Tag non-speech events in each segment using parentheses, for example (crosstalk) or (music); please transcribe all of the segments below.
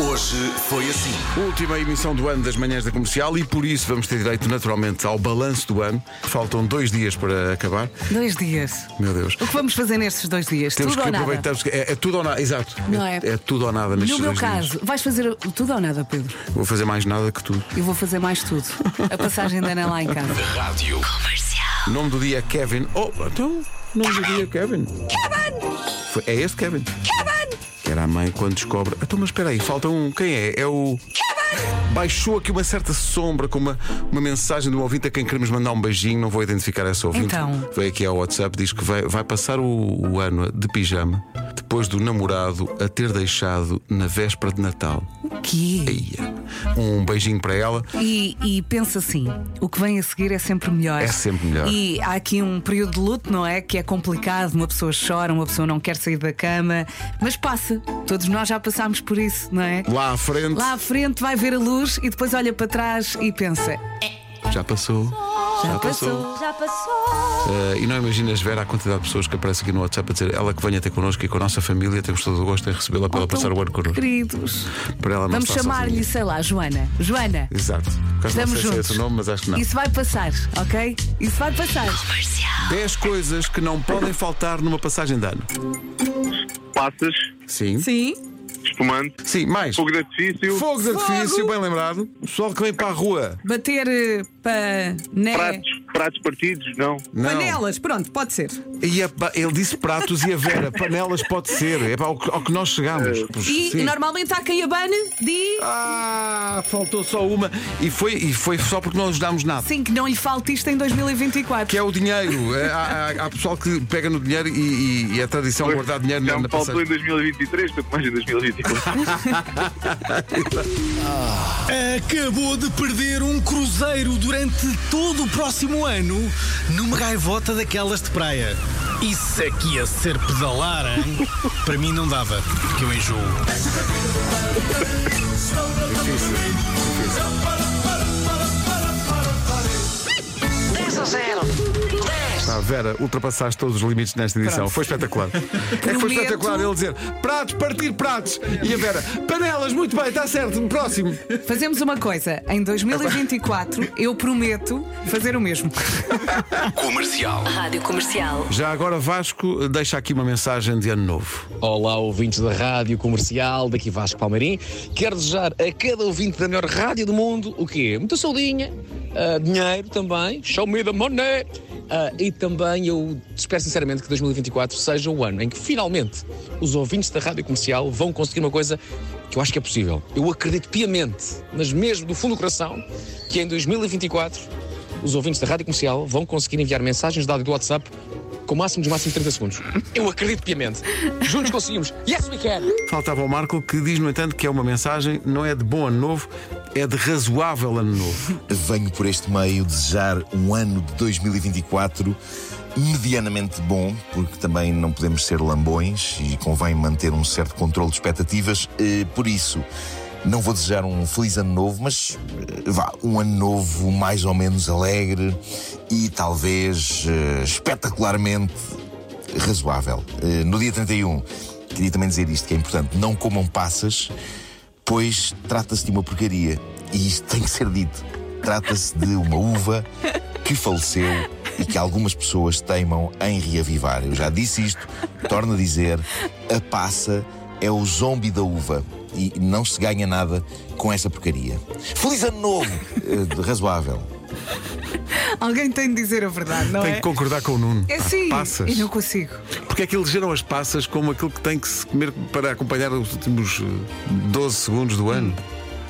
Hoje foi assim. Última emissão do ano das manhãs da comercial e por isso vamos ter direito naturalmente ao balanço do ano. Faltam dois dias para acabar. Dois dias. Meu Deus. O que vamos fazer nestes dois dias? Temos tudo que ou nada? aproveitarmos. que É, é tudo ou nada, exato. Não é? tudo ou nada nestes No meu dois dias. caso, vais fazer o tudo ou nada, Pedro? Vou fazer mais nada que tudo. Eu vou fazer mais tudo. A passagem da Ana lá em casa. Rádio. O nome do dia é Kevin. Oh, então, o nome do dia é Kevin. Foi- É este Kevin. Que Era a mãe quando descobre. Então, mas espera aí, falta um. Quem é? É o. Baixou aqui uma certa sombra com uma, uma mensagem de um ouvinte a quem queremos mandar um beijinho. Não vou identificar essa ouvinte. Então. Veio aqui ao WhatsApp, diz que vai, vai passar o, o ano de pijama depois do namorado a ter deixado na véspera de Natal. Que? Eia. Um beijinho para ela. E, e pensa assim: o que vem a seguir é sempre melhor. É sempre melhor. E há aqui um período de luto, não é? Que é complicado, uma pessoa chora, uma pessoa não quer sair da cama, mas passa. Todos nós já passámos por isso, não é? Lá à frente. Lá à frente vai ver a luz e depois olha para trás e pensa: Já passou. Já, Já passou. Uh, e não imaginas, Vera, a quantidade de pessoas que aparece aqui no WhatsApp a dizer ela que venha ter connosco e com a nossa família, temos todo o gosto em recebê-la para ela "Então, passar o ano connosco. Queridos. Para ela não Vamos estar chamar-lhe, sozinha. sei lá, Joana. Joana, Exato. Por acaso não Estamos sei se é juntos. esse o nome, mas acho que não. isso vai passar, ok? Isso vai passar. 10 coisas que não (laughs) podem faltar numa passagem de ano. passas, Sim. Sim, Sim. espumante, mais. fogo de artifício, Fogo de artifício, bem lembrado. Pessoal que vem para a rua. Bater eh, para. Né? pratos, pratos partidos, não. Não. Panelas, pronto, pode ser. E a pa- ele disse pratos e a Vera, panelas pode ser. É para ao, que- ao que nós chegamos. É. E Sim. normalmente há quem abane de. Ah, faltou só uma. E foi, e foi só porque não ajudámos nada. Sim, que não lhe falte isto em 2024. que é o dinheiro. É, há, há- há pessoal que pega no dinheiro e, e- e é tradição guardar dinheiro Já na, me na faltou em passagem. 2023, tanto mais em 2024. Acabou de perder um cruzeiro durante todo o próximo ano numa gaivota daquelas de praia. Isso aqui a ser pedalar, (laughs) hein? Para mim não dava, porque eu enjoo. Ah, Vera, ultrapassaste todos os limites nesta edição. Foi (laughs) espetacular. É que foi momento. espetacular ele dizer pratos, partir pratos. E a Vera, panelas, muito bem, está certo, no próximo. Fazemos uma coisa. Em 2024, eu prometo fazer (laughs) o mesmo. Comercial. Rádio Comercial. Já agora, Vasco, deixa aqui uma mensagem de ano novo. Olá, ouvintes da Rádio Comercial, daqui Vasco Palmeirim. Quero desejar a cada ouvinte da melhor rádio do mundo o quê? Muita saudinha, ah, dinheiro também, show me the money. Ah, e também eu espero sinceramente que 2024 seja o ano em que finalmente os ouvintes da Rádio Comercial vão conseguir uma coisa que eu acho que é possível. Eu acredito piamente, mas mesmo do fundo do coração, que em 2024 os ouvintes da Rádio Comercial vão conseguir enviar mensagens de áudio do WhatsApp com máximo dos máximos 30 segundos. Eu acredito piamente. Juntos conseguimos. Yes, we can! Faltava o Marco que diz, no entanto, que é uma mensagem, não é de bom ano novo, é de razoável ano novo. Venho por este meio desejar um ano de 2024 medianamente bom, porque também não podemos ser lambões e convém manter um certo controle de expectativas. Eh, Por isso, não vou desejar um feliz ano novo, mas eh, vá, um ano novo mais ou menos alegre e talvez eh, espetacularmente razoável. Eh, No dia 31, queria também dizer isto que é importante: não comam passas, pois trata-se de uma porcaria. E isto tem que ser dito. Trata-se de uma uva que faleceu e que algumas pessoas teimam em reavivar. Eu já disse isto, torno a dizer: a passa é o zombi da uva. E não se ganha nada com essa porcaria. Feliz ano novo! Eh, razoável. Alguém tem de dizer a verdade, não Tem é? que concordar com o Nuno. Ah, É sim. Passas. Eu não consigo. Porque é que elegeram as passas como aquilo que tem que se comer para acompanhar os últimos eh, 12 segundos do ano?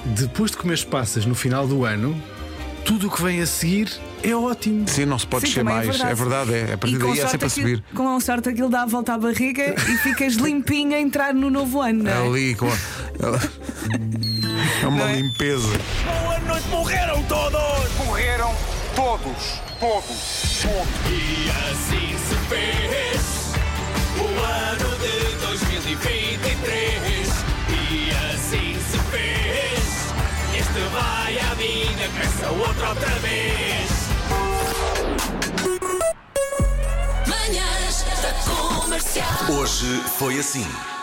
Depois de comer passas no final do ano, tudo o que vem a seguir é ótimo. Sim, não se pode Sim, descer também mais. É verdade, é. A partir E com daí é sorte sempre a aquilo- subir. Com sorte aquilo dá a volta à barriga e ficas limpinho a entrar no novo ano, não é? Ali com. a- É uma limpeza. Morreram todos, todos. E assim se fez o ano de 2023. E assim se fez. Este vai à minha, começa outro outra vez. Manhãs da Comercial. Hoje foi assim.